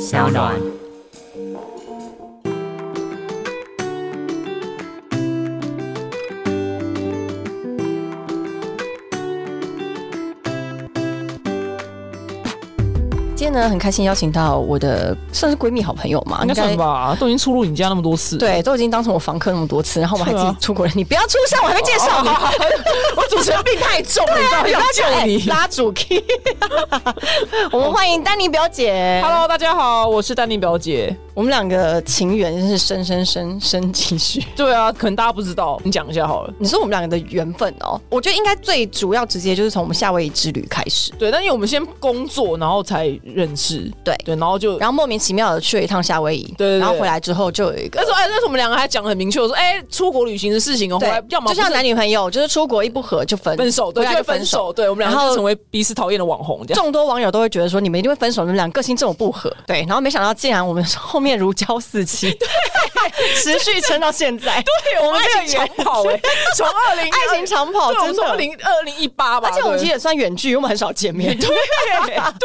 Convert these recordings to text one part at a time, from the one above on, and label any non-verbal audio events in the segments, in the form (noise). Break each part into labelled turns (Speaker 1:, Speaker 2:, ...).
Speaker 1: 小暖。
Speaker 2: 今天呢，很开心邀请到我的算是闺蜜好朋友嘛，
Speaker 3: 应该算吧，都已经出入你家那么多次。，
Speaker 2: 啊对，都已经当成我房客那么多次，然后我们还
Speaker 3: 是
Speaker 2: 自
Speaker 3: 啊
Speaker 2: 己出国人，你不要出声，我还没介绍你。
Speaker 3: 我 (laughs) 主持人病太重了，你知道
Speaker 2: 你
Speaker 3: 要
Speaker 2: 不要讲
Speaker 3: 救
Speaker 2: 哎
Speaker 3: 你。
Speaker 2: 拉主 key。我们欢迎丹妮表姐。
Speaker 3: Hello，大家好，我是丹妮表姐。
Speaker 2: 我们两个情缘真是深深深深几许。
Speaker 3: 对啊，可能大家不知道，你讲一下好了。
Speaker 2: 你说我们两个的缘分哦，我觉得应该最主要直接就是从我们夏威夷之旅开始，
Speaker 3: 对，但因为我们先工作，然后才认识。
Speaker 2: 对
Speaker 3: 对，然后就，
Speaker 2: 然后莫名其妙的去了一趟夏威夷，
Speaker 3: 对对对
Speaker 2: 然后回来之后就有一个
Speaker 3: 那时候哎，那时候我们两个还讲得很明确，我说哎，出国旅行的事情哦，回来要么
Speaker 2: 就像
Speaker 3: 不是
Speaker 2: 男女朋友，就是出国一不合就分
Speaker 3: 分手，对，
Speaker 2: 回
Speaker 3: 就
Speaker 2: 来
Speaker 3: 会
Speaker 2: 就
Speaker 3: 分。手，对我们两
Speaker 2: 然
Speaker 3: 个
Speaker 2: 后
Speaker 3: 就成为彼此讨厌的网红这样。
Speaker 2: (laughs) 众多网友都会觉得说你们一定会分手，你们俩个性这么不合，对。然后没想到竟然我们后面如胶似漆， (laughs) 对，持续撑到现 (laughs) 在，
Speaker 3: 对， (laughs) 我们
Speaker 2: 这个
Speaker 3: 爱情长跑哎，从二零
Speaker 2: 爱情长跑
Speaker 3: 对，我
Speaker 2: 真
Speaker 3: 们从二
Speaker 2: 的。
Speaker 3: 零二零一八吧，
Speaker 2: 而且我们
Speaker 3: 对
Speaker 2: 其实也算远距，因为我们很少见面，对，
Speaker 3: 对，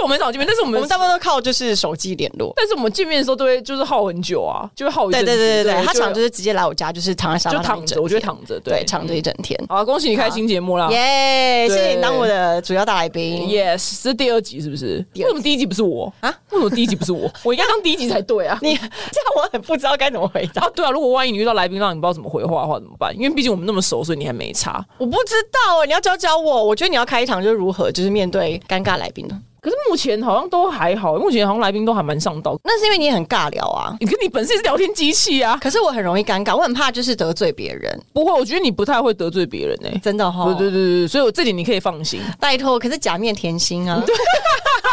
Speaker 3: 我们很少见面，但是我
Speaker 2: 我
Speaker 3: 们
Speaker 2: 们大部分都靠就是手机联络。
Speaker 3: 但是我们见面的时候都会就是耗很久啊，就会耗一
Speaker 2: 对
Speaker 3: 阵子。
Speaker 2: 对对对对，他
Speaker 3: 就会
Speaker 2: 常就是直接来我家，就是躺在沙发
Speaker 3: 就
Speaker 2: 上
Speaker 3: 躺
Speaker 2: 一
Speaker 3: 着，
Speaker 2: 整
Speaker 3: 我就会
Speaker 2: 天
Speaker 3: 躺着。
Speaker 2: 对嗯
Speaker 3: 对，
Speaker 2: 躺着一整天。
Speaker 3: 好，恭喜你开新节目啦
Speaker 2: 耶！谢谢你
Speaker 3: 对
Speaker 2: 当我的主要大来宾。
Speaker 3: ！Yes，这是第二集是不是？
Speaker 2: 第
Speaker 3: 为
Speaker 2: 二集
Speaker 3: 什么第一集不是我啊？为什么第一集不是
Speaker 2: (laughs)
Speaker 3: 我？我应该当第一集才对啊！
Speaker 2: 你 (laughs) 这样我很不知道该怎么回答
Speaker 3: 啊，，对啊，如果万一你遇到来宾让你不知道怎么回话的话怎么办？因为毕竟我们那么熟，所以你还没差。
Speaker 2: (laughs) 我不知道欸，你要教教我。我觉得你要开一场就是如何就是面对尴尬来宾的，
Speaker 3: 可是目前好像都还好，目前好像来宾都还蛮上道。
Speaker 2: 那是因为你也很尬聊啊。
Speaker 3: 你跟你本身也是聊天机器啊，
Speaker 2: 可是我很容易尴尬，我很怕就是得罪别人，
Speaker 3: 不会，我觉得你不太会得罪别人呢、欸
Speaker 2: 真的哦哈。
Speaker 3: 对对对对对，所以我这点你可以放
Speaker 2: (laughs)
Speaker 3: 心。
Speaker 2: 拜托，可是假面甜
Speaker 3: (laughs)
Speaker 2: 心啊，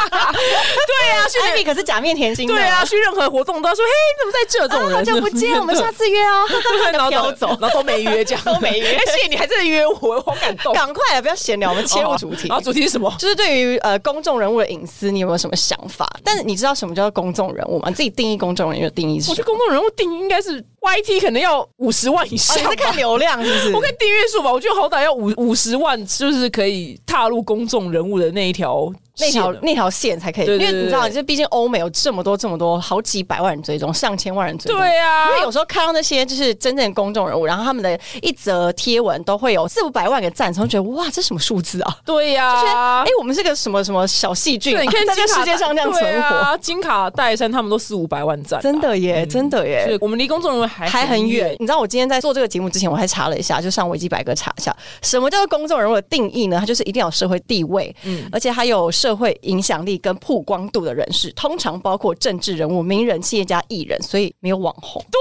Speaker 3: 对啊，
Speaker 2: 艾米可是假面甜心的，
Speaker 3: 对啊，，去任何活动都要说：“嘿，你怎么在这？”这种人、
Speaker 2: 啊好久不见，我们
Speaker 3: (laughs)
Speaker 2: 下次约哦，
Speaker 3: 对然后
Speaker 2: 飘
Speaker 3: 都
Speaker 2: 走，
Speaker 3: 然后都没约，这样
Speaker 2: 都没约
Speaker 3: 哎，谢谢你还真的约我，好感动。
Speaker 2: (laughs) 赶快了，不要闲聊，我们切入哦主
Speaker 3: (laughs)
Speaker 2: 题
Speaker 3: 然。后主题是什么？
Speaker 2: 就是对于呃公众人物的隐私，你有没有什么想法？但是你知道什么叫公众人物吗？你自己定义公众人物的定义是
Speaker 3: 我
Speaker 2: 什
Speaker 3: 觉得
Speaker 2: 么？
Speaker 3: 公众人物定义应该是 YT 可能要五十万以
Speaker 2: 哦
Speaker 3: 上
Speaker 2: 你是
Speaker 3: 吧。
Speaker 2: 看流量是不是？
Speaker 3: 我看订阅数吧，我觉得好歹要五五十万，就是可以踏入公众人物的那一条
Speaker 2: 那条
Speaker 3: 线了
Speaker 2: 那条线才可以，
Speaker 3: 对对
Speaker 2: 因为你知道，
Speaker 3: 对对
Speaker 2: 就毕竟欧美有这么多这么多好几百万人追踪，上千万人追踪。
Speaker 3: 对啊
Speaker 2: 因为有时候看到那些就是真正的公众人物，然后他们的一则贴文都会有四五百万个赞，然后觉得哇，这什么数字啊？
Speaker 3: 对呀、
Speaker 2: 觉得哎、我们是个什么什么小细菌、啊，
Speaker 3: 对，你看
Speaker 2: 在
Speaker 3: 金
Speaker 2: 这个
Speaker 3: 卡
Speaker 2: 世界上这样存
Speaker 3: 对
Speaker 2: 活，
Speaker 3: 啊、金卡戴珊他们都四五百万赞、
Speaker 2: 真，的耶，真的耶。
Speaker 3: 所以我们离公众人物还
Speaker 2: 还很远
Speaker 3: 远。。
Speaker 2: 你知道我今天在做这个节目之前，我还查了一下，就上维基百科查一下，什么叫做公众人物的定义呢？它就是一定要有社会地位，嗯，而且还有社会影响力跟曝光度的人士，通常包括政治人物、名人、企业家、艺人，所以没有网红。
Speaker 3: 对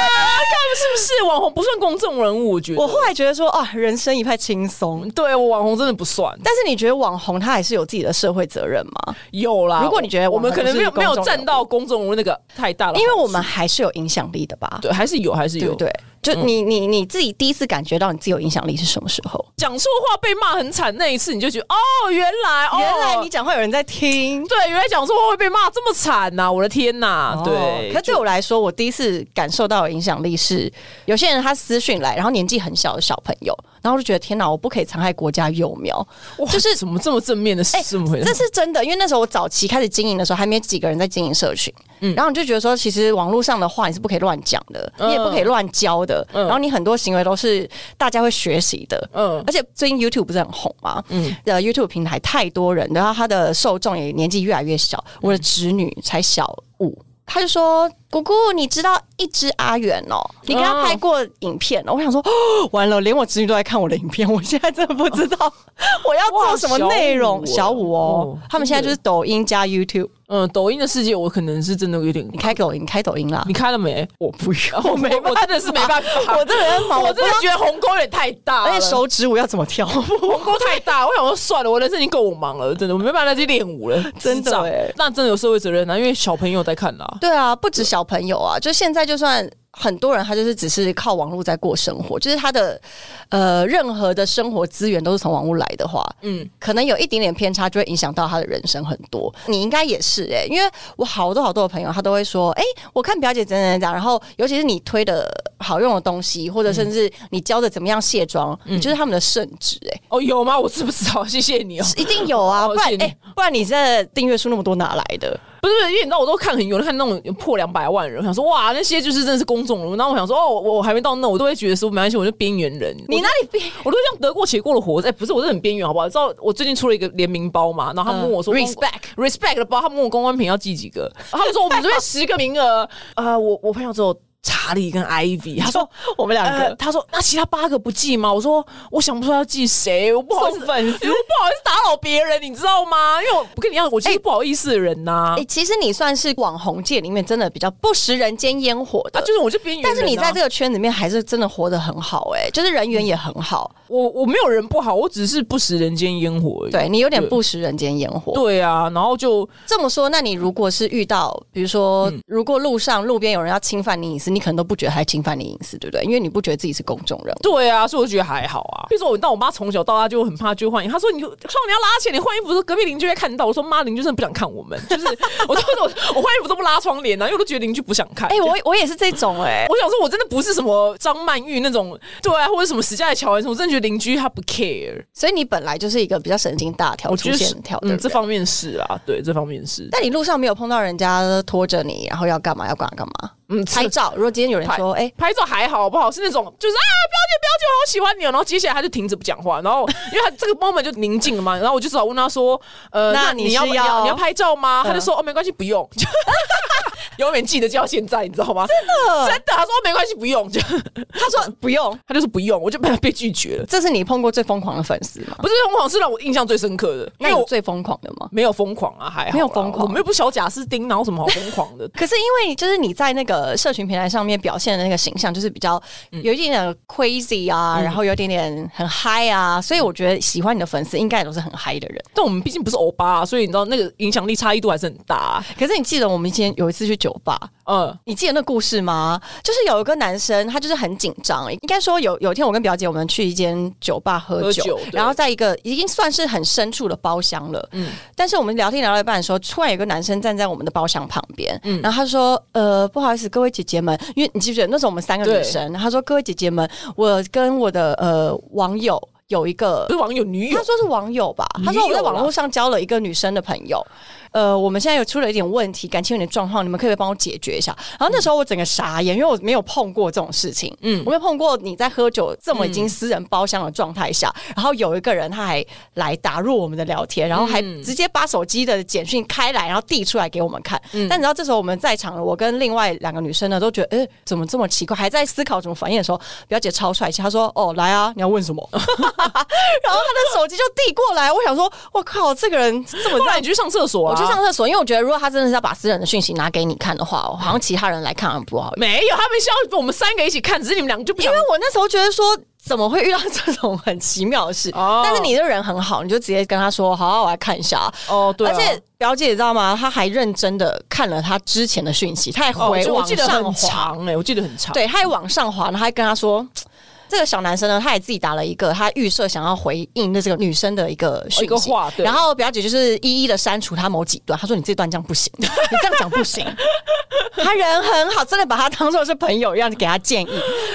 Speaker 3: 呀、看是不是网红不算公众人物？我觉得
Speaker 2: 我后来觉得说啊，人生一派轻松。
Speaker 3: 对我网红真的不算。
Speaker 2: 但是你觉得网红他还是有自己的社会责任吗？
Speaker 3: 有啦，
Speaker 2: 如果你觉得
Speaker 3: 我们可能没有
Speaker 2: 网红
Speaker 3: 没
Speaker 2: 是
Speaker 3: 有
Speaker 2: 公众
Speaker 3: 站到公众人物那个太大了，
Speaker 2: 因为我们还是有影响力的吧，
Speaker 3: 对还是有还是
Speaker 2: 对
Speaker 3: 有
Speaker 2: 不对？就你你你自己第一次感觉到你自己有影响力是什么时候？
Speaker 3: 讲错话被骂很惨那一次，你就觉得哦，原来哦，
Speaker 2: 原来你讲话有人在听，
Speaker 3: 对原来讲错话会被骂这么惨啊呐、我的天呐、对，
Speaker 2: 哦可对我来说，我第一次感受到的影响力是，有些人他私讯来，然后年纪很小的小朋友，然后我就觉得天哪，我不可以残害国家幼苗，
Speaker 3: 哇
Speaker 2: 就是哎
Speaker 3: 怎么这么正面的事，怎么回
Speaker 2: 这
Speaker 3: 事？
Speaker 2: 是真的。因为那时候我早期开始经营的时候，还没几个人在经营社群，
Speaker 3: 嗯
Speaker 2: 然后你就觉得说，其实网络上的话你是不可以乱讲的，你也不可以乱教的，然后你很多行为都是大家会学习的，
Speaker 3: 嗯
Speaker 2: 而且最近 YouTube 不是很红吗？嗯，呃，YouTube 平台太多人，然后他的受众也年纪越来越小。
Speaker 3: 嗯
Speaker 2: 我的侄女才小五，她就说：“姑姑，你知道一只阿远哦？你跟他
Speaker 3: 嗯
Speaker 2: 拍过影片哦。我想说，哦，完了，连我侄女都在看我的影片，我现在真的不知道 (laughs) 我要做什么内容。
Speaker 3: 哇
Speaker 2: 小
Speaker 3: 小
Speaker 2: 五
Speaker 3: 五
Speaker 2: 哦
Speaker 3: 哦，
Speaker 2: 他们现在就是抖音加 YouTube。
Speaker 3: 嗯，抖音的世界我可能是真的有点
Speaker 2: 你，开抖音，开抖音啦
Speaker 3: 你！开了没？
Speaker 2: (laughs) 我不要，
Speaker 3: 我没，我真的是没办法，
Speaker 2: 我这个人忙，
Speaker 3: 我
Speaker 2: 我
Speaker 3: 真的觉得鸿沟有点太大了，
Speaker 2: 而且手指舞要怎么跳？
Speaker 3: 鸿沟太大，我想说算了，我人生已经够我忙了，真的，我没办法再去练舞了，
Speaker 2: (laughs) 真的
Speaker 3: 智障
Speaker 2: 欸
Speaker 3: 那真的有社会责任啊，因为小朋友在看啦。
Speaker 2: 对啊，不止小朋友啊，就现在就算很多人，他就是只是靠网络在过生活，就是他的呃任何的生活资源都是从网络来的话，嗯
Speaker 3: 嗯，
Speaker 2: 可能有一点点偏差，就会影响到他的人生很多。你应该也是哎、因为我好多好多的朋友，他都会说，哎、我看表姐怎样怎样，然后尤其是你推的好用的东西，或者甚至你教的怎么样卸妆，你就是他们的圣旨哎、
Speaker 3: 哦，有
Speaker 2: (laughs)
Speaker 3: 吗？我知不知道？谢谢你哦。
Speaker 2: 一定有啊，
Speaker 3: 哦
Speaker 2: 不然哎、
Speaker 3: 谢谢你
Speaker 2: 不然你这订阅数那么多哪来的？
Speaker 3: 不是，不是因为你知道，我都看很有人看那种破两百万人，我想说哇，那些就是真的是公众人物。然后我想说，哦，我我还没到那，我都会觉得说没关系，我就边缘人。
Speaker 2: 你
Speaker 3: 那
Speaker 2: 那里边
Speaker 3: 我都这样得过且过的活着。哎、不是，我是很边缘，好不好？知道我最近出了一个联名包嘛，然后他们问我说、
Speaker 2: 嗯 (laughs) respect
Speaker 3: respect 的包，他们问我公关品要寄几
Speaker 2: (laughs)
Speaker 3: 个，然后他们说我们这边十个名额，呃，我我朋友只有查理跟 Ivy，他
Speaker 2: (laughs)
Speaker 3: 说。
Speaker 2: (laughs) 我们两个、
Speaker 3: 呃，他说那其他八个不寄吗？我说我想不出要寄谁，我不好意思，我
Speaker 2: 送
Speaker 3: 不好意思打扰别人，你知道吗？因为我不跟你一样，我就是不好意思的人呐、
Speaker 2: 哎、其实你算是网红界里面真的比较不食人间烟火的，
Speaker 3: 啊，就是我这边缘人啊、
Speaker 2: 但是你在这个圈里面还是真的活得很好、哎，就是人缘也很好。
Speaker 3: 我我没有人不好，我只是不食人间烟火而已。
Speaker 2: 对你有点
Speaker 3: 对
Speaker 2: 不食人间烟火。
Speaker 3: 对啊，然后就
Speaker 2: 这么说，那你如果是遇到，比如说，
Speaker 3: 嗯
Speaker 2: 如果路上路边有人要侵犯你隐私，你可能都不觉得他侵犯你隐私，对不对？因为你不觉得自己是公众人物。
Speaker 3: 对啊，所以我觉得还好啊。比如说我，但我妈从小到大就很怕就换衣服，她说你就说你要拉起来，你换衣服的时候隔壁邻居会看到。我说妈，邻居真的不想看我们，就是 (laughs) 我都我我换衣服都不拉窗帘啊，因为我都觉得邻居不想看。
Speaker 2: 哎、我我也是这种哎、
Speaker 3: 我想说，我真的不是什么张曼玉那种，对啊，或者什么史嘉丽·乔恩什么，我真的觉得邻居他不 care。
Speaker 2: 所以你本来就是一个比较神经大条、
Speaker 3: 我
Speaker 2: 粗
Speaker 3: 觉得是
Speaker 2: 线条
Speaker 3: 嗯，
Speaker 2: 的人。
Speaker 3: 这方面是啊，对，这方面是。
Speaker 2: 但你路上没有碰到人家拖着你，然后要干嘛要干嘛干嘛？
Speaker 3: 嗯，
Speaker 2: 拍照。如果今天有人说，哎、
Speaker 3: 拍照还好，好不好？是那种就是啊，表姐表姐，我好喜欢你哦。然后接下来他就停止不讲话，然
Speaker 2: (laughs)
Speaker 3: 后因为他这个 moment 就宁静了嘛。然后我就只好问他说，呃，
Speaker 2: 那
Speaker 3: 那
Speaker 2: 你
Speaker 3: 你要
Speaker 2: 是
Speaker 3: 你要
Speaker 2: 要
Speaker 3: 你要拍照吗？
Speaker 2: 嗯
Speaker 3: 他就说哦，没关系，不用。 (laughs) 就永远记得就要现在，你知道吗？真的 (laughs) 真的，他说哦没关系，不用。 (laughs) 就
Speaker 2: 呃他说不用，
Speaker 3: 他就呃说不用，我就被被拒绝了。
Speaker 2: 这是你碰过最疯狂的粉丝吗？
Speaker 3: 不是疯狂是让我印象最深刻的，因
Speaker 2: 那
Speaker 3: 为
Speaker 2: 有
Speaker 3: 我
Speaker 2: 最疯狂的吗？
Speaker 3: 没有疯狂啊，还好啦
Speaker 2: 没有疯狂？
Speaker 3: 我们又不是小贾斯汀，哪有什么好疯狂的 (laughs)
Speaker 2: 可是因为就是你在那个社群平台上面表现的那个形象，就是比较
Speaker 3: 嗯
Speaker 2: 有一点点 crazy 啊，然后有一点点很嗨啊，所以我觉得喜欢你的粉丝应该也都是很嗨的人。
Speaker 3: 但我们毕竟不是欧巴、啊，所以你知道那个影响力差异度还是很大、啊。
Speaker 2: 可是你记得我们今天有一次去酒吧，
Speaker 3: 嗯，
Speaker 2: 你记得那故事吗？就是有一个男生，他就是很紧张。应该说有有一天，我跟表姐我们去一间酒吧喝酒，
Speaker 3: 喝酒对
Speaker 2: 然后在一个已经算是很深处的包厢了。嗯，但是我们聊天聊到一半的时候，突然有个男生站在我们的包厢旁边，
Speaker 3: 嗯
Speaker 2: 然后他说：“呃，不好意思，各位姐姐们，因为你记不记得那时候我们三个女
Speaker 3: 对
Speaker 2: 生？他说：各位姐姐们，我跟我的呃网友有一个
Speaker 3: 不是网友女友
Speaker 2: 他，说是网友吧，
Speaker 3: 女友
Speaker 2: 他
Speaker 3: 啦
Speaker 2: 说我在网络上交了一个女生的朋友，呃，我们现在有出了一点问题，感情有点状况，你们可不可以帮我解决一下？然后那时候我整个傻眼，因为我没有碰过这种事情，嗯，我没有碰过你在喝酒这么已经私人包厢的状态下，
Speaker 3: 嗯
Speaker 2: 然后有一个人他还来打入我们的聊天，然后还
Speaker 3: 嗯
Speaker 2: 直接把手机的简讯开来，然后递出来给我们看。
Speaker 3: 嗯
Speaker 2: 但你知道这时候我们在场的我跟另外两个女生呢，都觉得哎、诶怎么这么奇怪，还在思考怎么反应的时候，表姐超帅气，她说哦来啊，你要问什么？然后他的手机就递过来，我想说，我靠，这个人这么
Speaker 3: 后来你去上厕所啊？
Speaker 2: (laughs) 我去上厕所，因为我觉得如果他真的是要把私人的讯息拿给你看的话，好像其他人来看很不好。
Speaker 3: 没有，他们是要我们三个一起看，只是你们两个就不
Speaker 2: 因
Speaker 3: 想
Speaker 2: 为。我那时候觉得说，怎么会遇到这种很奇妙的 (laughs) 事？
Speaker 3: 哦
Speaker 2: 但是你这人很好，你就直接跟他说，好，我来看一下。
Speaker 3: 哦，对、啊，
Speaker 2: 而且表姐你知道吗？她还认真的看了他之前的讯息，她还
Speaker 3: 哦，我
Speaker 2: 回
Speaker 3: 记得我
Speaker 2: 往
Speaker 3: 记得很
Speaker 2: 上滑，
Speaker 3: 长哎、我记得很长。，
Speaker 2: 对，他还往上滑，然后还跟他说。这个小男生呢，他也自己打了一个他预设想要回应的这个女生的一个讯
Speaker 3: 哦一
Speaker 2: 息
Speaker 3: 个话对
Speaker 2: 然后表姐就是一一的删除他某几段，他说你这段这样不行，你这样讲不行。他人很好，真的把他当做是朋友一样给他建议。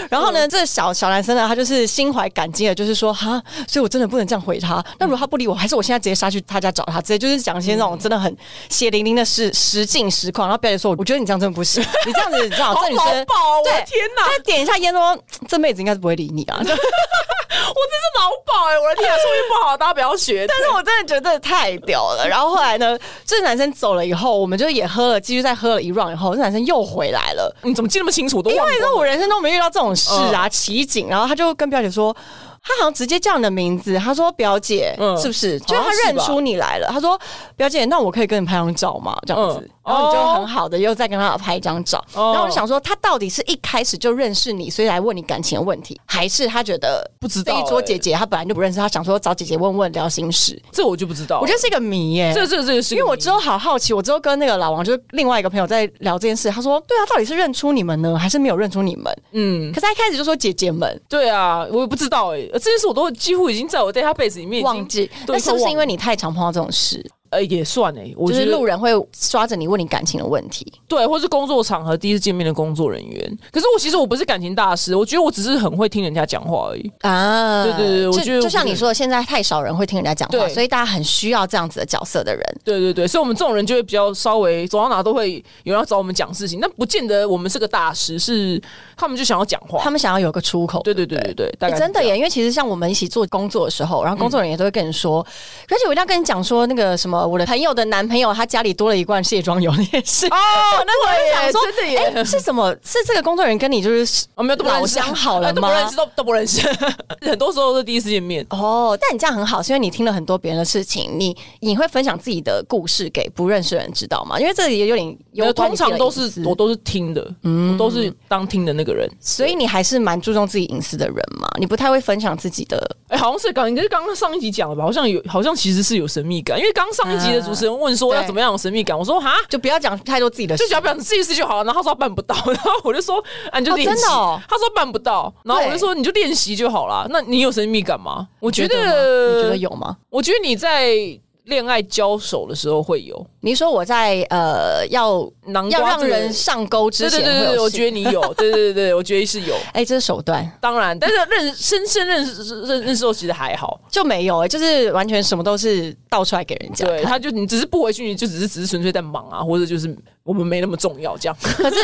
Speaker 2: 然后呢，这小小男生呢，他就是心怀感激的，就是说哈，所以我真的不能这样回他。那如果他不理我，还是我现在直接杀去他家找他，直接就是讲一些那种真的很血淋淋的事，实境实况。然后表姐说，我觉得你这样真的不行，你这样子你知道
Speaker 3: 好
Speaker 2: 这女生
Speaker 3: 毛宝哦，我
Speaker 2: 对
Speaker 3: 的天哪，
Speaker 2: 他点一下烟说：“嗯这妹子应该是不会理你啊。”
Speaker 3: 我真是毛宝哎、我的天、啊，说不不好，大家不要学。
Speaker 2: (laughs) 但 (laughs) 是我真的觉得太屌了。然后后来呢，这男生走了以后，我们就也喝了，继续再喝了一 round 以后，这男生又回来了。
Speaker 3: 你怎么记那么清楚？我都
Speaker 2: 因
Speaker 3: 忘
Speaker 2: 为
Speaker 3: 了。
Speaker 2: 说我人生都没遇到这种事啊，奇景。然后他就跟表姐说，他好像直接叫你的名字，他说表姐、
Speaker 3: 嗯
Speaker 2: 是不是？就
Speaker 3: 好
Speaker 2: 他
Speaker 3: 像是吧
Speaker 2: 认出你来了，他说表姐，那我可以跟你拍张照吗？这样子，
Speaker 3: 嗯
Speaker 2: 然后你就
Speaker 3: 哦
Speaker 2: 很好的又再跟他拍一张照。
Speaker 3: 哦
Speaker 2: 然后我就想说，他到底是一开始就认识你，所以来问你感情的问题，还是他觉得
Speaker 3: 不知道
Speaker 2: 这一桌
Speaker 3: 欸
Speaker 2: 姐姐他本来就不认识，他想说找姐姐问问聊心事？
Speaker 3: 这我就不知道。
Speaker 2: 哦我觉得是一个谜欸耶、
Speaker 3: 这这个这个是
Speaker 2: 因
Speaker 3: 个
Speaker 2: 为我
Speaker 3: 谜
Speaker 2: 之后好好奇，我之后跟那个老王，就是另外一个朋友在聊这件事，他说：“对啊，到底是认出你们呢，还是没有认出你们？”
Speaker 3: 嗯，
Speaker 2: 可是他一开始就说姐姐们
Speaker 3: 对啊，我也不知呃，也算哎、我
Speaker 2: 就
Speaker 3: 觉
Speaker 2: 是
Speaker 3: 得
Speaker 2: 路人会抓着你问你感情的问题。
Speaker 3: 对，或是工作场合第一次见面的工作人员。可是我其实我不是感情大师，我觉得我只是很会听人家讲话而已。
Speaker 2: 啊，
Speaker 3: 对对对我
Speaker 2: 就
Speaker 3: 觉得
Speaker 2: 就像你说的，现在太少人会听人家讲话，
Speaker 3: 对
Speaker 2: 所以大家很需要这样子的角色的人。
Speaker 3: 对对对，所以我们这种人就会比较稍微走到哪都会有人要找我们讲事情，但不见得我们是个大师，是他们就想要讲话。
Speaker 2: 他们想要有个出口，
Speaker 3: 对对对对对，大
Speaker 2: 欸
Speaker 3: 概是
Speaker 2: 真的
Speaker 3: 这样
Speaker 2: 耶，因为其实像我们一起做工作的时候，然后工作人员都会跟你说，
Speaker 3: 嗯
Speaker 2: 而且我一定要跟你讲说，那个什么，我的朋友的男朋友他家里多了一罐卸妆油那件事。 (laughs)
Speaker 3: 哦，那我也想说，真的
Speaker 2: 哎、是怎么？是这个工作人员跟你就是
Speaker 3: 我没有都不认识，哎
Speaker 2: 老乡好了吗
Speaker 3: (laughs) 都不认识，都都不认识， (laughs) 很多时候都第一次见面。
Speaker 2: 哦，但你这样很好，是因为你听了很多别人的事情，你你会分享自己的故事给不认识的人知道吗？因为这里也有点
Speaker 3: 因
Speaker 2: 有
Speaker 3: 为通常都是我，都是听的，我都是当听的那个人。
Speaker 2: 嗯所以你还是蛮注重自己隐私的人嘛，你不太会分享自己的
Speaker 3: 哎、好像是刚，你是刚刚上一集讲了吧？好像有，好像其实是有神秘感，因为刚上一集的主持人问说
Speaker 2: 啊
Speaker 3: 要
Speaker 2: 对
Speaker 3: 怎么样有神秘感，我说哈，
Speaker 2: 就不要讲太多自己的事
Speaker 3: 就。只要表自己事就好了。然后他说他办不到，然后我就说啊，你就
Speaker 2: 哦
Speaker 3: 练习。
Speaker 2: 真的哦
Speaker 3: 他说办不到，然后我就
Speaker 2: 对
Speaker 3: 说你就练习就好了。那你有神秘感吗？我觉
Speaker 2: 吗
Speaker 3: 得，
Speaker 2: 你觉得，有啊吗？
Speaker 3: 我觉得你在恋爱交手的时候会有。
Speaker 2: 你说我在呃要
Speaker 3: 南
Speaker 2: 要
Speaker 3: 瓜
Speaker 2: 让
Speaker 3: 这个
Speaker 2: 人上钩之
Speaker 3: 对对
Speaker 2: 前
Speaker 3: 对对
Speaker 2: 会
Speaker 3: 对，
Speaker 2: 有
Speaker 3: 我
Speaker 2: 事
Speaker 3: 觉得你有，对对对对，我觉得是有。
Speaker 2: 哎、这是手段
Speaker 3: 当然，但是认深深认识认认识后，其实还好。
Speaker 2: 就没有哎、就是完全什么都是倒出来给人家
Speaker 3: 对，
Speaker 2: 看。
Speaker 3: 他就你只是不回去，你就只是只是纯粹在忙啊，或者就是我们没那么重要这样。
Speaker 2: 可
Speaker 3: (laughs)
Speaker 2: 是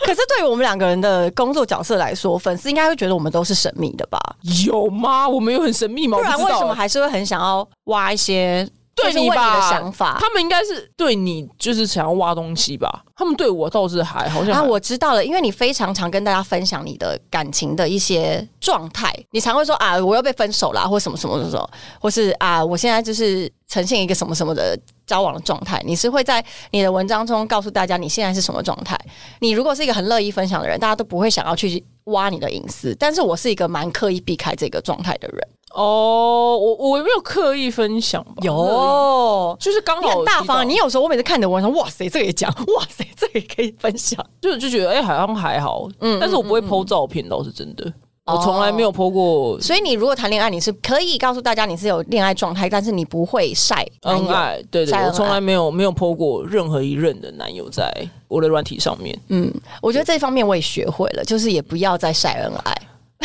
Speaker 2: 可是对于我们两个人的工作角色来说，粉丝应该会觉得我们都是神秘的吧？
Speaker 3: 有吗？我们有很神秘吗？
Speaker 2: 不
Speaker 3: 我
Speaker 2: 然
Speaker 3: 哦知
Speaker 2: 为
Speaker 3: 道啊
Speaker 2: 什么还是会很想要挖一些
Speaker 3: 对
Speaker 2: 就是问你
Speaker 3: 吧？
Speaker 2: 的想法？
Speaker 3: 他们应该是对你就是想要挖东西吧？他们对我倒是还好像
Speaker 2: 啊，
Speaker 3: 还
Speaker 2: 我知道了，因为你非常常跟大家分享你的感情的一些状态，你常会说啊，我要被分手啦，或什么什么什么，或是啊，我现在就是呈现一个什么什么的交往的状态。你是会在你的文章中告诉大家你现在是什么状态。你如果是一个很乐意分享的人，大家都不会想要去挖你的隐私。但是我是一个蛮刻意避开这个状态的人，
Speaker 3: 哦，我我没有刻意分享吧？
Speaker 2: 有。
Speaker 3: 就是刚
Speaker 2: 你
Speaker 3: 好
Speaker 2: 很大
Speaker 3: 提到
Speaker 2: 方，你哦有时候我每次看你的文章，哇塞，这个也讲，哇塞，这个也可以分享。
Speaker 3: 就就觉得哎、好像还好，嗯，但是我不会剖照片，倒是真的，
Speaker 2: 哦
Speaker 3: 我从来没有剖过
Speaker 2: 所以你如果谈恋爱，你是可以告诉大家你是有恋爱状态，但是你不会晒男
Speaker 3: 恩
Speaker 2: 友。
Speaker 3: 爱，对对
Speaker 2: 晒
Speaker 3: 对，
Speaker 2: 恩爱
Speaker 3: 我从来没有没有剖过任何一任的男友在我的软体上面，
Speaker 2: 嗯我觉得这方面我也学会了，就是也不要再晒恩爱。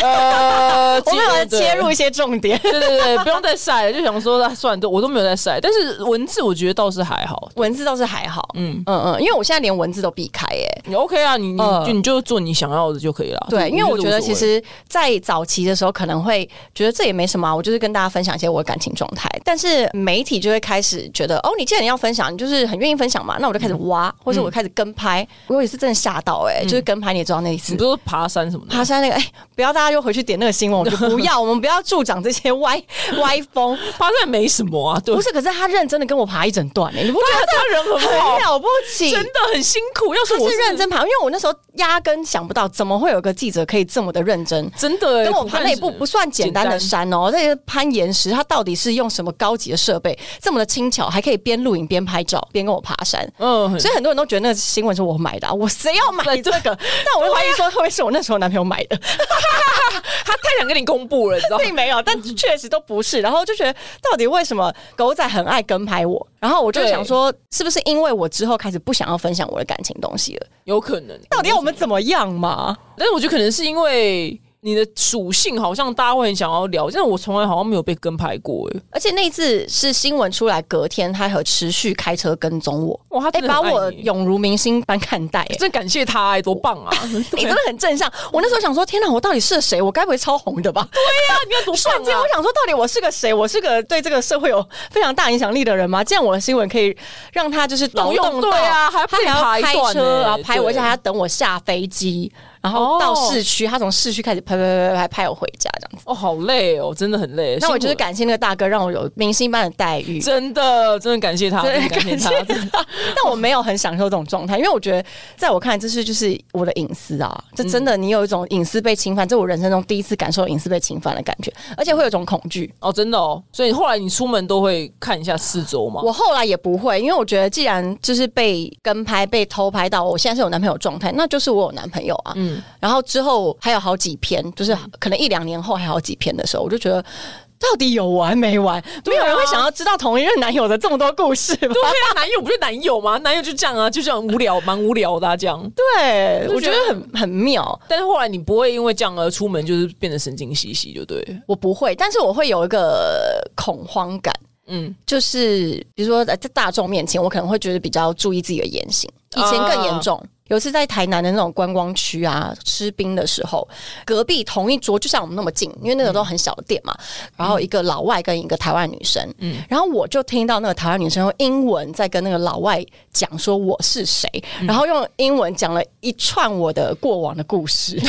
Speaker 3: (laughs) 呃，
Speaker 2: (laughs) 我们来
Speaker 3: 记得
Speaker 2: 切入一些
Speaker 3: (laughs)
Speaker 2: 重点，
Speaker 3: 对，对对对，不用再晒了，就想说那算了，都我都没有在晒，但是文字我觉得倒是还好，
Speaker 2: 文字倒是还好，嗯嗯嗯，因为我现在连文字都避开耶、
Speaker 3: 你 OK 啊，你你
Speaker 2: 嗯
Speaker 3: 就你就做你想要的就可以了，
Speaker 2: 对，因为我觉得其
Speaker 3: 无所谓。
Speaker 2: 实，在早期的时候，可能会觉得这也没什么、啊，我就是跟大家分享一些我的感情状态。但是媒体就会开始觉得，哦，你既然要分享，你就是很愿意分享嘛，那我就开
Speaker 3: 嗯
Speaker 2: 始挖，或者我开始跟拍。我有一次真的吓到、欸，哎、就是跟拍，你也知道那一次
Speaker 3: 你，不是爬山什么的，
Speaker 2: 爬山那个，哎、不要大家又回去点那个新闻，我 (laughs) 就不要，我们不要助长这些 (laughs) 歪歪 (laughs) 风。
Speaker 3: 爬山没什么啊，对
Speaker 2: 不，是，可是他认真的跟我爬一整段、哎，你不觉
Speaker 3: 他他人
Speaker 2: 得
Speaker 3: 很好
Speaker 2: 很，了不起？
Speaker 3: 真的很辛苦。要是
Speaker 2: 他
Speaker 3: 我
Speaker 2: 是认真爬，因为哦我那时候压根想不到，怎么会有个记者可以这么的认真。
Speaker 3: 真的欸，
Speaker 2: 跟我
Speaker 3: 苦
Speaker 2: 爬
Speaker 3: 干
Speaker 2: 那一
Speaker 3: 实
Speaker 2: 步不算简单的山哦，这个攀岩石，它到底是用什么高级的设备，这么的轻巧，还可以边录影边拍照，边跟我爬山。
Speaker 3: 嗯，
Speaker 2: 所以很多人都觉得那个新闻是我买的、啊，我谁要买这个？但我会怀疑说，会不会是我那时候男朋友买的？
Speaker 3: 他太想跟你公布了，你知道吗？
Speaker 2: (laughs) 并没有，但确实都不是。然后就觉得，到底为什么狗仔很爱跟拍我？然后我就
Speaker 3: 对
Speaker 2: 想说，是不是因为我之后开始不想要分享我的感情东西了？
Speaker 3: 有可能，
Speaker 2: 到底要我们怎么样嘛？
Speaker 3: 但是我觉得可能是因为你的属性好像大家会很想要聊，但是我从来好像没有被跟拍过哎、
Speaker 2: 而且那一次是新闻出来，隔天他还持续开车跟踪我，
Speaker 3: 哇，他
Speaker 2: 哎、
Speaker 3: 真的
Speaker 2: 把
Speaker 3: 很爱
Speaker 2: 我
Speaker 3: 你欸
Speaker 2: 永如明星般看待、哎
Speaker 3: 真感谢他哎、多棒啊！
Speaker 2: (laughs) 你真的很正向。我那时候想说，天哪，我到底是谁？我该不会超红的吧？
Speaker 3: 那你看多
Speaker 2: 瞬间
Speaker 3: 棒啊
Speaker 2: 我！想说，到底我是个谁？我是个对这个社会有非常大影响力的人吗？这样我的新闻可以让他就是劳动到
Speaker 3: 对啊还要
Speaker 2: 他还
Speaker 3: 被
Speaker 2: 要
Speaker 3: 拍
Speaker 2: 开
Speaker 3: 一段
Speaker 2: 车，
Speaker 3: 欸
Speaker 2: 然后拍我，
Speaker 3: 对哦
Speaker 2: 而且还要等我下飞机，然后到市区，他从市区开始拍拍拍拍拍拍我回家这样子。
Speaker 3: 哦，好累哦，真的很累。
Speaker 2: 那
Speaker 3: 辛
Speaker 2: 我
Speaker 3: 苦
Speaker 2: 就是感谢那个大哥，让我有明星般的待遇。
Speaker 3: 真的真的感谢他，真
Speaker 2: 对
Speaker 3: 的感谢他，真的
Speaker 2: (laughs) 但我没有很享受这种状态，因为我觉得，在我看来，这是就是我的隐私啊！这真
Speaker 3: 嗯
Speaker 2: 的，你有一种隐私被侵犯，这我人生中第一次感受隐私被侵犯的感觉，而且会有一种恐惧。
Speaker 3: (laughs) 哦，真的哦。所以后来你出门都会看一下四周嘛？ (laughs)
Speaker 2: 我后来也不会，因为我觉得既然就是被跟拍、被偷拍到，我现在是有男朋友状态，那就是我有男朋友啊。
Speaker 3: 嗯
Speaker 2: 嗯，然后之后还有好几篇，就是可能一两年后还有好几篇的时候，我就觉得。到底有完没完？没有人会想要知道同一任男友的这么多故事吧
Speaker 3: 啊对？啊，男友不就男友吗？男友就这样啊，就这样无聊，蛮无聊的、啊、这
Speaker 2: (laughs)
Speaker 3: 样。
Speaker 2: 对，
Speaker 3: 就
Speaker 2: 我
Speaker 3: 觉
Speaker 2: 觉
Speaker 3: 得
Speaker 2: 得很很妙。
Speaker 3: 但是后来你不会因为这样而出门，就是变得神经兮兮，就对。
Speaker 2: 我不会，但是我会有一个恐慌感，
Speaker 3: 嗯，
Speaker 2: 就是比如说呃在大众面前，我可能会觉得比较注意自己的言行。以前更严重，有一次在台南的那种观光区啊，吃冰的时候，隔壁同一桌就像我们那么近，因为那个都很小的店嘛，然后一个老外跟一个台湾女生，嗯，然后我就听到那个台湾女生用英文在跟那个老外讲说我是谁，然后用英文讲了一串我的过往的故事，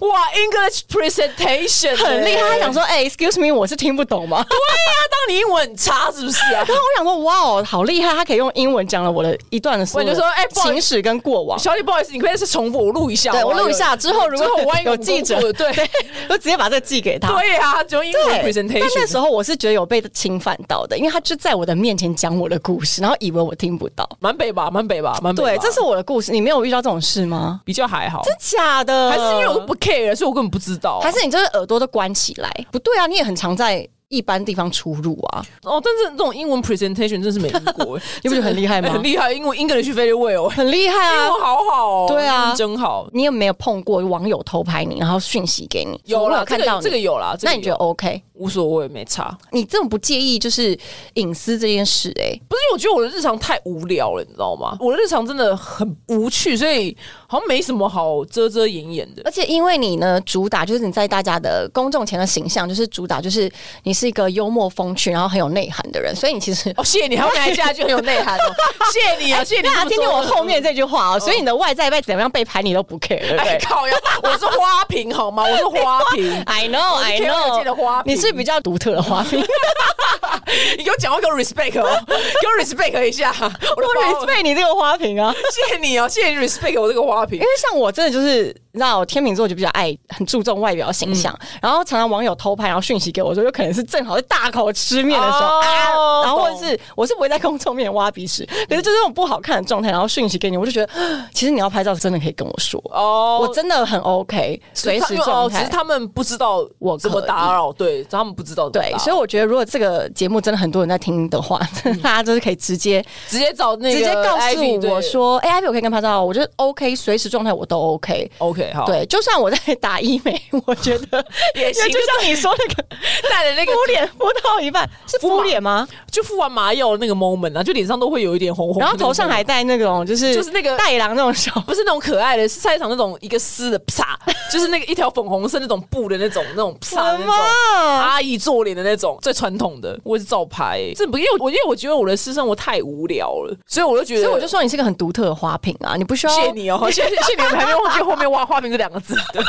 Speaker 3: 哇，English presentation
Speaker 2: (laughs) 很厉害。
Speaker 3: 欸
Speaker 2: 他想说，哎、e x c u s e me，我是听不懂吗？
Speaker 3: 他当你英文很差是不是
Speaker 2: (laughs)
Speaker 3: 啊？
Speaker 2: 然后我想说，哇哦，好厉害！他可以用英文讲了我的一段的所有
Speaker 3: 我就说哎不好意思
Speaker 2: 情史跟过往。
Speaker 3: 小李，不好意思，你可以再重复我录一下。
Speaker 2: 对
Speaker 3: 好
Speaker 2: 我
Speaker 3: 不好
Speaker 2: 录一下之后，如果
Speaker 3: 之后万一
Speaker 2: 有记者
Speaker 3: 我们，公
Speaker 2: (laughs)
Speaker 3: 布了对，
Speaker 2: 我直接把这个寄给他。
Speaker 3: 对啊，就英文
Speaker 2: 对，但那
Speaker 3: presentation。
Speaker 2: 时候我是觉得有被侵犯到的，因为他就在我的面前讲我的故事，然后以为我听不到。
Speaker 3: 蛮北吧，蛮北吧，蛮北吧。
Speaker 2: 对，这是我的故事，你没有遇到这种事吗？
Speaker 3: 比较还好，
Speaker 2: 假的？
Speaker 3: 还是因为我都不 care，所以我根本不知道。
Speaker 2: 还是你这个耳朵都关起来？不对啊，你也很常在一般地方出入啊。
Speaker 3: 哦，但是这种英文 presentation 真是 (laughs) 欸没遇过，
Speaker 2: 你不觉得很厉害吗
Speaker 3: 哎很厉害，英文 English 欸 very well，
Speaker 2: 很厉害
Speaker 3: 英
Speaker 2: 啊！
Speaker 3: 文好好哦，
Speaker 2: 对啊
Speaker 3: 英文真好。
Speaker 2: 你有没有碰过网友偷拍你，然后讯息给你？
Speaker 3: 有
Speaker 2: 我
Speaker 3: 啦，这
Speaker 2: 有看到
Speaker 3: 个
Speaker 2: 你
Speaker 3: 这个有啦，这个
Speaker 2: 那你觉得
Speaker 3: 有
Speaker 2: OK？
Speaker 3: 无所谓，没差。
Speaker 2: 你这么不介意就是隐私这件事、欸？
Speaker 3: 不是因为我觉得我的日常太无聊了，你知道吗？我的日常真的很无趣，所以好像没什么好遮遮掩掩的。
Speaker 2: 而且因为你呢，主打就是你在大家的公众前的形象，就是主打就是你是一个幽默风趣，然后很有内涵的人，所以你其实。
Speaker 3: 哦，谢谢 (laughs) 你，还要来下句很有内
Speaker 2: (laughs)
Speaker 3: 涵哦，谢谢 (laughs) 你啊，谢谢你这
Speaker 2: 大
Speaker 3: 么
Speaker 2: 家
Speaker 3: 做。
Speaker 2: 听听我后面这句话哦，所以你的外在被怎么样被拍，你都不 care，对不 (laughs)
Speaker 3: 哎
Speaker 2: 对
Speaker 3: 靠呀，我是花瓶好吗？我是花瓶，
Speaker 2: ？I know, I
Speaker 3: 是 Carol 界的
Speaker 2: know，
Speaker 3: 花瓶
Speaker 2: 你是比较独特的花 (laughs) 瓶，
Speaker 3: (laughs) 你给我讲话，给我 respect 哦，给我 respect 一
Speaker 2: (laughs)
Speaker 3: 下，我
Speaker 2: 我
Speaker 3: 的花
Speaker 2: respect 你这个花瓶啊。
Speaker 3: 谢谢你哦，谢谢你 respect 我这个花瓶
Speaker 2: (laughs) 因为。像我真的就是，你知道，天秤座就比较爱很注重外表形象，
Speaker 3: 嗯
Speaker 2: 然后常常网友偷拍，然后讯息给我说，有可能是正好在大口吃面的时候、
Speaker 3: 哦
Speaker 2: 啊，然后或者
Speaker 3: 懂嗯
Speaker 2: 是我是不会在公众面挖鼻屎，可是就是那种不好看的状态，然后讯息给你，我就觉得，啊其实你要拍照真的可以跟我说，
Speaker 3: 哦
Speaker 2: 我真的很 OK，随时状
Speaker 3: 哦，只
Speaker 2: 态
Speaker 3: 是。他们不知道
Speaker 2: 我
Speaker 3: 怎么
Speaker 2: 可以
Speaker 3: 打扰，对他们不知道怎么
Speaker 2: 对
Speaker 3: 打扰，
Speaker 2: 所以我觉得如果这个节目真的很多人在听的话，大家就是可以直接
Speaker 3: 直接找嗯那个
Speaker 2: 直接告
Speaker 3: Ivy，
Speaker 2: 诉
Speaker 3: 对
Speaker 2: 我说，哎、i v y 我可以跟拍照，我觉得 OK，随时状态我都 OK。
Speaker 3: OK 好，，
Speaker 2: 对，就算我在打医美，我觉得 (laughs)
Speaker 3: 也行
Speaker 2: 因为就像你说啊那个
Speaker 3: 带了那个
Speaker 2: 敷脸敷到一半是
Speaker 3: 敷
Speaker 2: 敷
Speaker 3: 麻
Speaker 2: 脸吗？
Speaker 3: 就敷完麻药的那个 moment 啊，就脸上都会有一点红红的
Speaker 2: 然
Speaker 3: 那
Speaker 2: 后
Speaker 3: 个 moment，
Speaker 2: 头上还戴那种就是
Speaker 3: 就是那个
Speaker 2: 带狼那种小，
Speaker 3: 不是那种可爱的，是菜场那种一个丝的啪，就是那个一条粉红色那种布的那种那种啪的那种。
Speaker 2: 啊，
Speaker 3: 阿姨做脸的那种最传统的，我也是照拍、欸。这不因为我因为我觉得我的私生活太无聊了，所以我就觉得，
Speaker 2: (laughs) 所以我就说你是个很独特的花瓶啊，你不需要，
Speaker 3: 谢谢你哦、谢谢谢谢你，我们还没忘记后面挖花瓶这两个字的。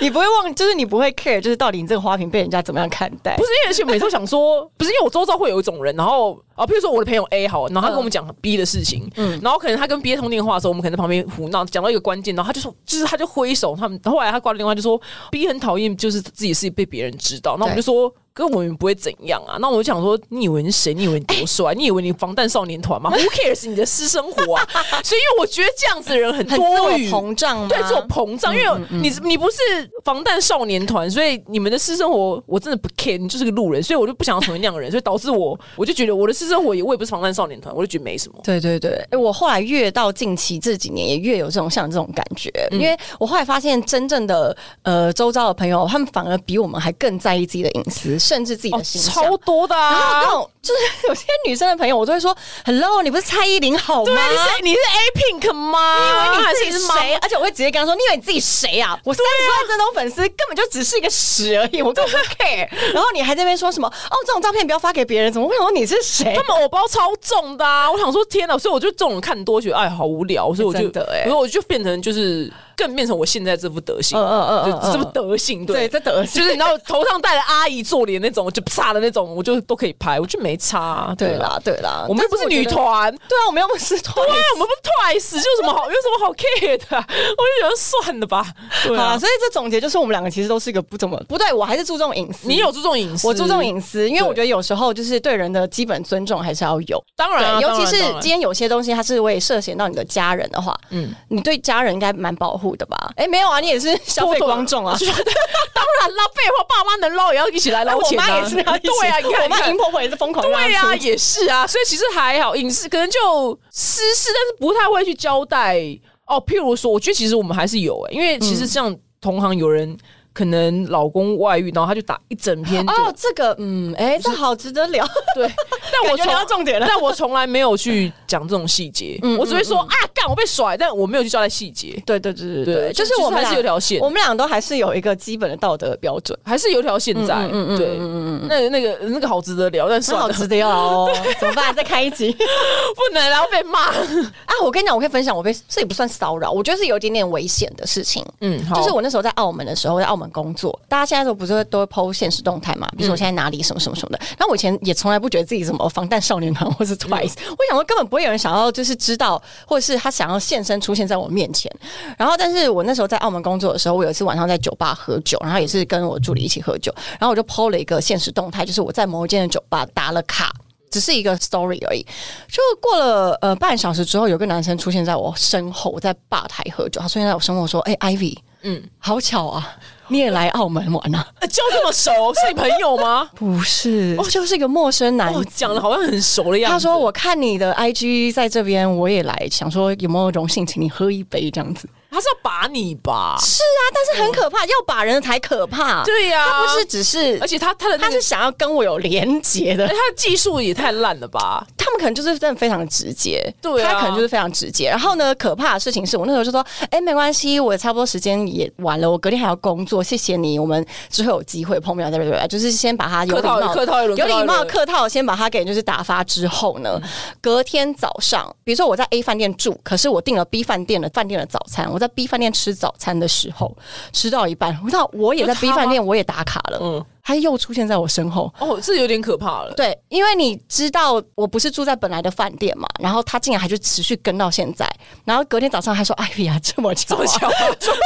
Speaker 2: 你不会忘，就是你不会 care，就是到底你这个花瓶被人家怎么样看待
Speaker 3: 不。是因为，而且每次我想说， (laughs) 不是因为我周遭会有一种人，然后啊，比如说我的朋友 A 好，然后他跟我们讲 B 的事情，嗯，然后可能他跟 B 通电话的时候，我们可能在旁边胡闹，讲到一个关键，然后他就说，就是他就挥手，他们后来他挂了电话就说 B 很讨厌，就是自己事情被别人知道，那我们就说。跟我们不会怎样啊？那我就想说，你以为你是谁？你以为你多帅？你以为你 (laughs) 防弹少年团吗？Who cares 你的私生活啊？所以，因为我觉得这样子的人很
Speaker 2: 很自
Speaker 3: 多
Speaker 2: 我
Speaker 3: 余，
Speaker 2: 膨胀吗？嗯
Speaker 3: 对，这种膨胀，因为你你不是防弹少年团，所以你们的私生活我真的不 care，你就是个路人，所以我就不想要成为那样的人，所以导致我我就觉得我的私生活也我也不是防弹少年团，我就觉得没什么。
Speaker 2: 对对对，哎，我后来越到近期这几年，也越有这种像这种感觉，因为我后来发现，真正的呃周遭的朋友，他们反而比我们还更在意自己的隐私，甚至自己
Speaker 3: 哦，
Speaker 2: 的形象。
Speaker 3: 超多的
Speaker 2: 然后 (laughs) 那
Speaker 3: 啊！
Speaker 2: 种就是有些女生的朋友，我都会说，Hello，你不是蔡依林好吗？
Speaker 3: 对，你是你是 A Pink 吗？啊
Speaker 2: 你以为你自己
Speaker 3: 还
Speaker 2: 是
Speaker 3: 妈妈
Speaker 2: 谁？而且我会直接跟她说：“你以为你自己谁啊？我三十万追踪粉丝根本就只是一个屎而已，我根本不
Speaker 3: (laughs)
Speaker 2: care。”然后你还在那边说什么：“哦，这种照片不要发给别人。”怎么会说你是谁
Speaker 3: 他？ (laughs) 们偶包超重的啊！我想说，天哪！所以我就这种人看多，觉得哎，好无聊，所以我就
Speaker 2: 真，的欸
Speaker 3: 所以我就变成就是更变成我现在这副德行，
Speaker 2: 嗯嗯嗯嗯
Speaker 3: 就这
Speaker 2: 嗯
Speaker 3: 副德行，
Speaker 2: 对，这得
Speaker 3: 就是你知道头上戴了阿姨做脸那种，就啪的那种，我就都可以拍，我就没差、
Speaker 2: 对，啦，对啦，
Speaker 3: 我们又不是女
Speaker 2: 头，
Speaker 3: 团，对
Speaker 2: 对啊，我们又不是团。
Speaker 3: 啊，我们不 twice，就有什么好有什么好 care 的啊、我就觉得算了吧，对
Speaker 2: 好
Speaker 3: 啊
Speaker 2: 啦，，所以这总结就是我们两个其实都是一个不怎么不对，我还是注重隐私。
Speaker 3: 你有注重隐私，
Speaker 2: 我注重隐私，因为
Speaker 3: 对
Speaker 2: 我觉得有时候就是对人的基本尊重还是要有。
Speaker 3: 当然啊、
Speaker 2: 对，尤
Speaker 3: 当
Speaker 2: 其
Speaker 3: 然
Speaker 2: 是
Speaker 3: 当然
Speaker 2: 今天有些东西它是会涉嫌到你的家人的话，
Speaker 3: 嗯
Speaker 2: 嗯，你对家人应该蛮保护付的吧？哎、没有啊，你也是 (laughs) 消费观众啊。
Speaker 3: (laughs) 当然啦，废话，爸妈能捞也要一起来捞
Speaker 2: 我
Speaker 3: 钱、啊、
Speaker 2: 妈也是 (laughs) 要一起，
Speaker 3: (laughs) 对啊，你看，
Speaker 2: 我妈
Speaker 3: 你看
Speaker 2: 银婆婆也是疯狂让她
Speaker 3: 对呀、
Speaker 2: 出
Speaker 3: 也是啊，所以其实还好，影视可能就私事，但是不太会去交代哦。譬如说，我觉得其实我们还是有、欸，因为其实像同行有人可能老公外遇，然后他就打一整篇就、
Speaker 2: 哦，这个嗯，哎、这好值得 (laughs) 聊。
Speaker 3: 对，但我
Speaker 2: 感觉聊到
Speaker 3: 从
Speaker 2: 重点了
Speaker 3: (laughs) 但我从来没有去讲这种细节，我只会说、啊，干我被甩，但我没有去交代细节，
Speaker 2: 对对对
Speaker 3: 对
Speaker 2: 就是
Speaker 3: 就是
Speaker 2: 我们
Speaker 3: 还是
Speaker 2: 俩
Speaker 3: 有条线
Speaker 2: 我们俩都还是有一个基本的道德标 (laughs) 准。
Speaker 3: 还是有条线在。对，那那个那个好值得聊，但
Speaker 2: 那
Speaker 3: 算
Speaker 2: 好
Speaker 3: 了，
Speaker 2: 值得聊 (laughs) 哦，怎么办？再开一 (laughs) 集
Speaker 3: (laughs) 不能然后被骂。
Speaker 2: 啊！我跟你讲，我可以分享，我被这也不算骚扰，我觉得是有一点点危险的事情。
Speaker 3: 嗯，好
Speaker 2: 就是我那时候在澳门的时候，在澳门工作，大家现在都不是会都会 PO 现实动态嘛？比如说我现在哪里什么什么什么的。然后我以前也从来不觉得自己什么防弹少年团 (laughs) 或是 Twice，、我想说根本不会有人想要就是知道，或者是他想要现身出现在我面前。然后，但是我那时候在澳门工作的时候，我有一次晚上在酒吧喝酒，然后也是跟我助理一起喝酒，然后我就 PO 了一个现实动态，就是我在某一间的酒吧打了卡。只是一个 story 而已。就过了呃半小时之后，有个男生出现在我身后，我在吧台喝酒，他出现在我身后说：“哎、i v y 嗯，好巧啊，你也来澳门玩啊？
Speaker 3: 呃就这么熟，是你朋友 (laughs) 吗？
Speaker 2: 不是，哦、就是一个陌生男。
Speaker 3: 哦，讲的好像很熟的样子。
Speaker 2: 他说：“我看你的 IG 在这边，我也来，想说有没有荣幸请你喝一杯这样子。”
Speaker 3: 他是要把你吧？
Speaker 2: 是啊，但是很可怕，要把人才可怕。
Speaker 3: 对呀
Speaker 2: 他不是只是，
Speaker 3: 而且他他的那
Speaker 2: 他
Speaker 3: 个
Speaker 2: 是，想要跟我有连结的
Speaker 3: 哎。他的技术也太烂了吧？
Speaker 2: 他们可能就是真的非常直接，
Speaker 3: 对啊
Speaker 2: 他可能就是非常直接。然后呢，可怕的事情是我那时候就说，哎、没关系，我差不多时间也完了，我隔天还要工作，谢谢你，我们之后有机会碰面，对不对？就是先把他有
Speaker 3: 客
Speaker 2: 礼
Speaker 3: 套
Speaker 2: 貌，
Speaker 3: 客套一轮
Speaker 2: 有
Speaker 3: 客套
Speaker 2: 礼
Speaker 3: 一
Speaker 2: 貌，
Speaker 3: 轮嗯
Speaker 2: 客套，先把他给就是打发之后呢，隔天早上，比如说我在 A 饭店住，可是我订了 B 饭店的饭店的早餐，我在 B 饭店吃早餐的时候，吃到一半，我知道我也
Speaker 3: 就
Speaker 2: 在
Speaker 3: 他
Speaker 2: B
Speaker 3: 吗
Speaker 2: 饭店，我也打卡了，
Speaker 3: 嗯
Speaker 2: 嗯，他又出现在我身后，
Speaker 3: 哦，这有点可怕了。
Speaker 2: 对，因为你知道我不是住在本来的饭店嘛，然后他竟然还就持续跟到现在，然后隔天早上还说：“哎呀，这么巧、
Speaker 3: 这
Speaker 2: 啊，
Speaker 3: 么
Speaker 2: (laughs)
Speaker 3: 巧，这 (laughs) 么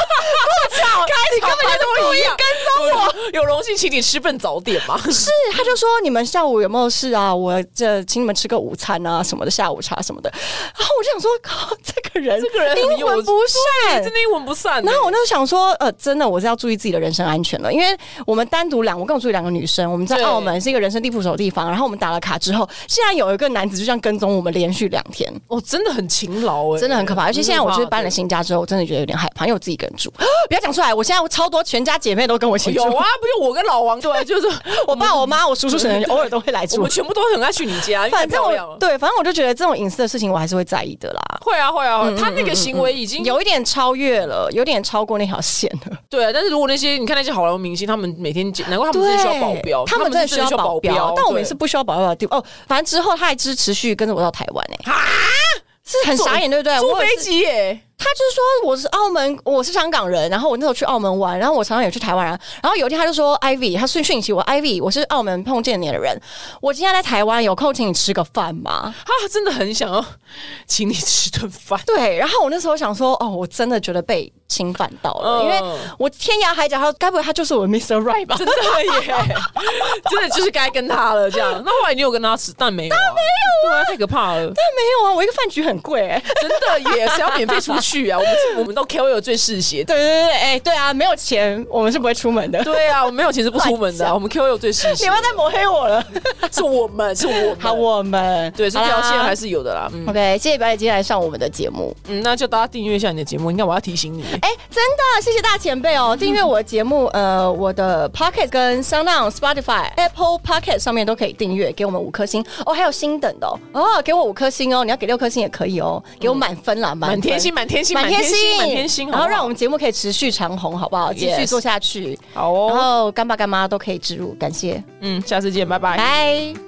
Speaker 3: 巧，你根本就是故意跟踪我。有荣幸请你吃份早点吗？
Speaker 2: 啊
Speaker 3: (laughs)
Speaker 2: 是，他就说你们下午有没有事啊？我这请你们吃个午餐啊，什么的，下午茶什么的。然后我就想说，靠，这个人，
Speaker 3: 这个人很
Speaker 2: 阴
Speaker 3: 有
Speaker 2: 魂不散，
Speaker 3: 真的阴魂不散。
Speaker 2: 然后我那时候想说，呃，真的我是要注意自己的人身安全了，因为我们单独两，我跟我助理两个女生，我们在
Speaker 3: 对
Speaker 2: 澳门是一个人生地不熟的地方，然后我们打了卡之后，竟然有一个男子就这样跟踪我们连续两天。
Speaker 3: 哦，真的很勤劳哎，
Speaker 2: 真的很可怕。而且现在我就是搬了新家之后，我真的觉得有点害怕，因为我自己一个人住。 (gasps) 不要讲出来，我现在超多全家姐妹都跟我一起
Speaker 3: 很
Speaker 2: 住
Speaker 3: 可怕。对有，啊，不就我跟老王对，啊就是
Speaker 2: (laughs) 我爸、我妈、我叔叔婶婶偶尔都会来
Speaker 3: 我
Speaker 2: 住
Speaker 3: 们。全部都很爱去你家，因为太
Speaker 2: 反正
Speaker 3: 漂亮
Speaker 2: 我
Speaker 3: 了。
Speaker 2: 对，反正我就觉得这种隐私的事情，我还是会在意的啦。
Speaker 3: 会啊会啊，
Speaker 2: 嗯
Speaker 3: 会啊他那个行为已经
Speaker 2: 有一点超越了，有点超过那条线了。
Speaker 3: 对啊，但是如果那些你看那些好莱坞明星，他们每天难 (laughs) 怪他们真的需要保镖，
Speaker 2: 他们真的
Speaker 3: 是
Speaker 2: 需要保镖，但我们
Speaker 3: 对
Speaker 2: 是不需要保镖的地方。哦，反正之后他还持持续跟着我到台湾诶、欸，是很傻眼，对不对？
Speaker 3: 坐
Speaker 2: 我也
Speaker 3: 飞
Speaker 2: 是
Speaker 3: 机耶，
Speaker 2: 他就是说我是澳门，我是香港人，然后我那时候去澳门玩，然后我常常也去台湾啊。然后有一天他就说，Ivy，他讯讯息我，Ivy，我是澳门碰见你的人，我今天在台湾有空请你吃个饭吗？
Speaker 3: 他啊真的很想要 (laughs) 请你吃顿饭。 (laughs)
Speaker 2: 对，然后我那时候想说，哦，我真的觉得被侵犯到了，
Speaker 3: 嗯
Speaker 2: 因为我天涯海角，他该不会他就是我的 Mr. Right 吧？
Speaker 3: 真的耶， (laughs) 真的就是该跟他了这样。那后来你有跟他吃，但没有、啊，没有、啊，对啊，太可怕了，
Speaker 2: 但没有啊，我一个饭局很贵、欸，
Speaker 3: 真的耶， (laughs) 谁要免费出去啊？我们是我们都 KOL 最嗜血，
Speaker 2: 对对对对，哎、 (laughs) 对啊，没有钱我们是不会出门的。
Speaker 3: 对啊，我们没有钱是不出门的啊、我们 KOL 最嗜
Speaker 2: 你
Speaker 3: 血
Speaker 2: 不，要再抹黑我了，
Speaker 3: 是我们是我们，
Speaker 2: 好，我们
Speaker 3: 对，这条线还
Speaker 2: 是
Speaker 3: 是有的啦。嗯
Speaker 2: OK，谢谢表姐今天来上我们的节目。
Speaker 3: 嗯，那就大家订阅一下你的节目，应该我要提醒你。
Speaker 2: 哎、真的，谢谢大前辈 (laughs) 哦！订阅我的节目，呃，我的 Pocket 跟 Sound On、Spotify、Apple Pocket 上面都可以订阅，给我们五颗星哦。还有星等的哦，哦，给我五颗星哦，你要给六颗星也可以哦，给我满分啦，满分
Speaker 3: 满天星，。满天星，
Speaker 2: 满
Speaker 3: 天
Speaker 2: 天星，
Speaker 3: 满天星，
Speaker 2: 然后让我
Speaker 3: 们
Speaker 2: 们节目可以持续长红，好不好？继续
Speaker 3: Yes
Speaker 2: 做下去，
Speaker 3: 好
Speaker 2: 然
Speaker 3: 哦，
Speaker 2: 后干爸干妈都可以植入，感谢，
Speaker 3: 嗯，下次见，拜拜。
Speaker 2: 拜。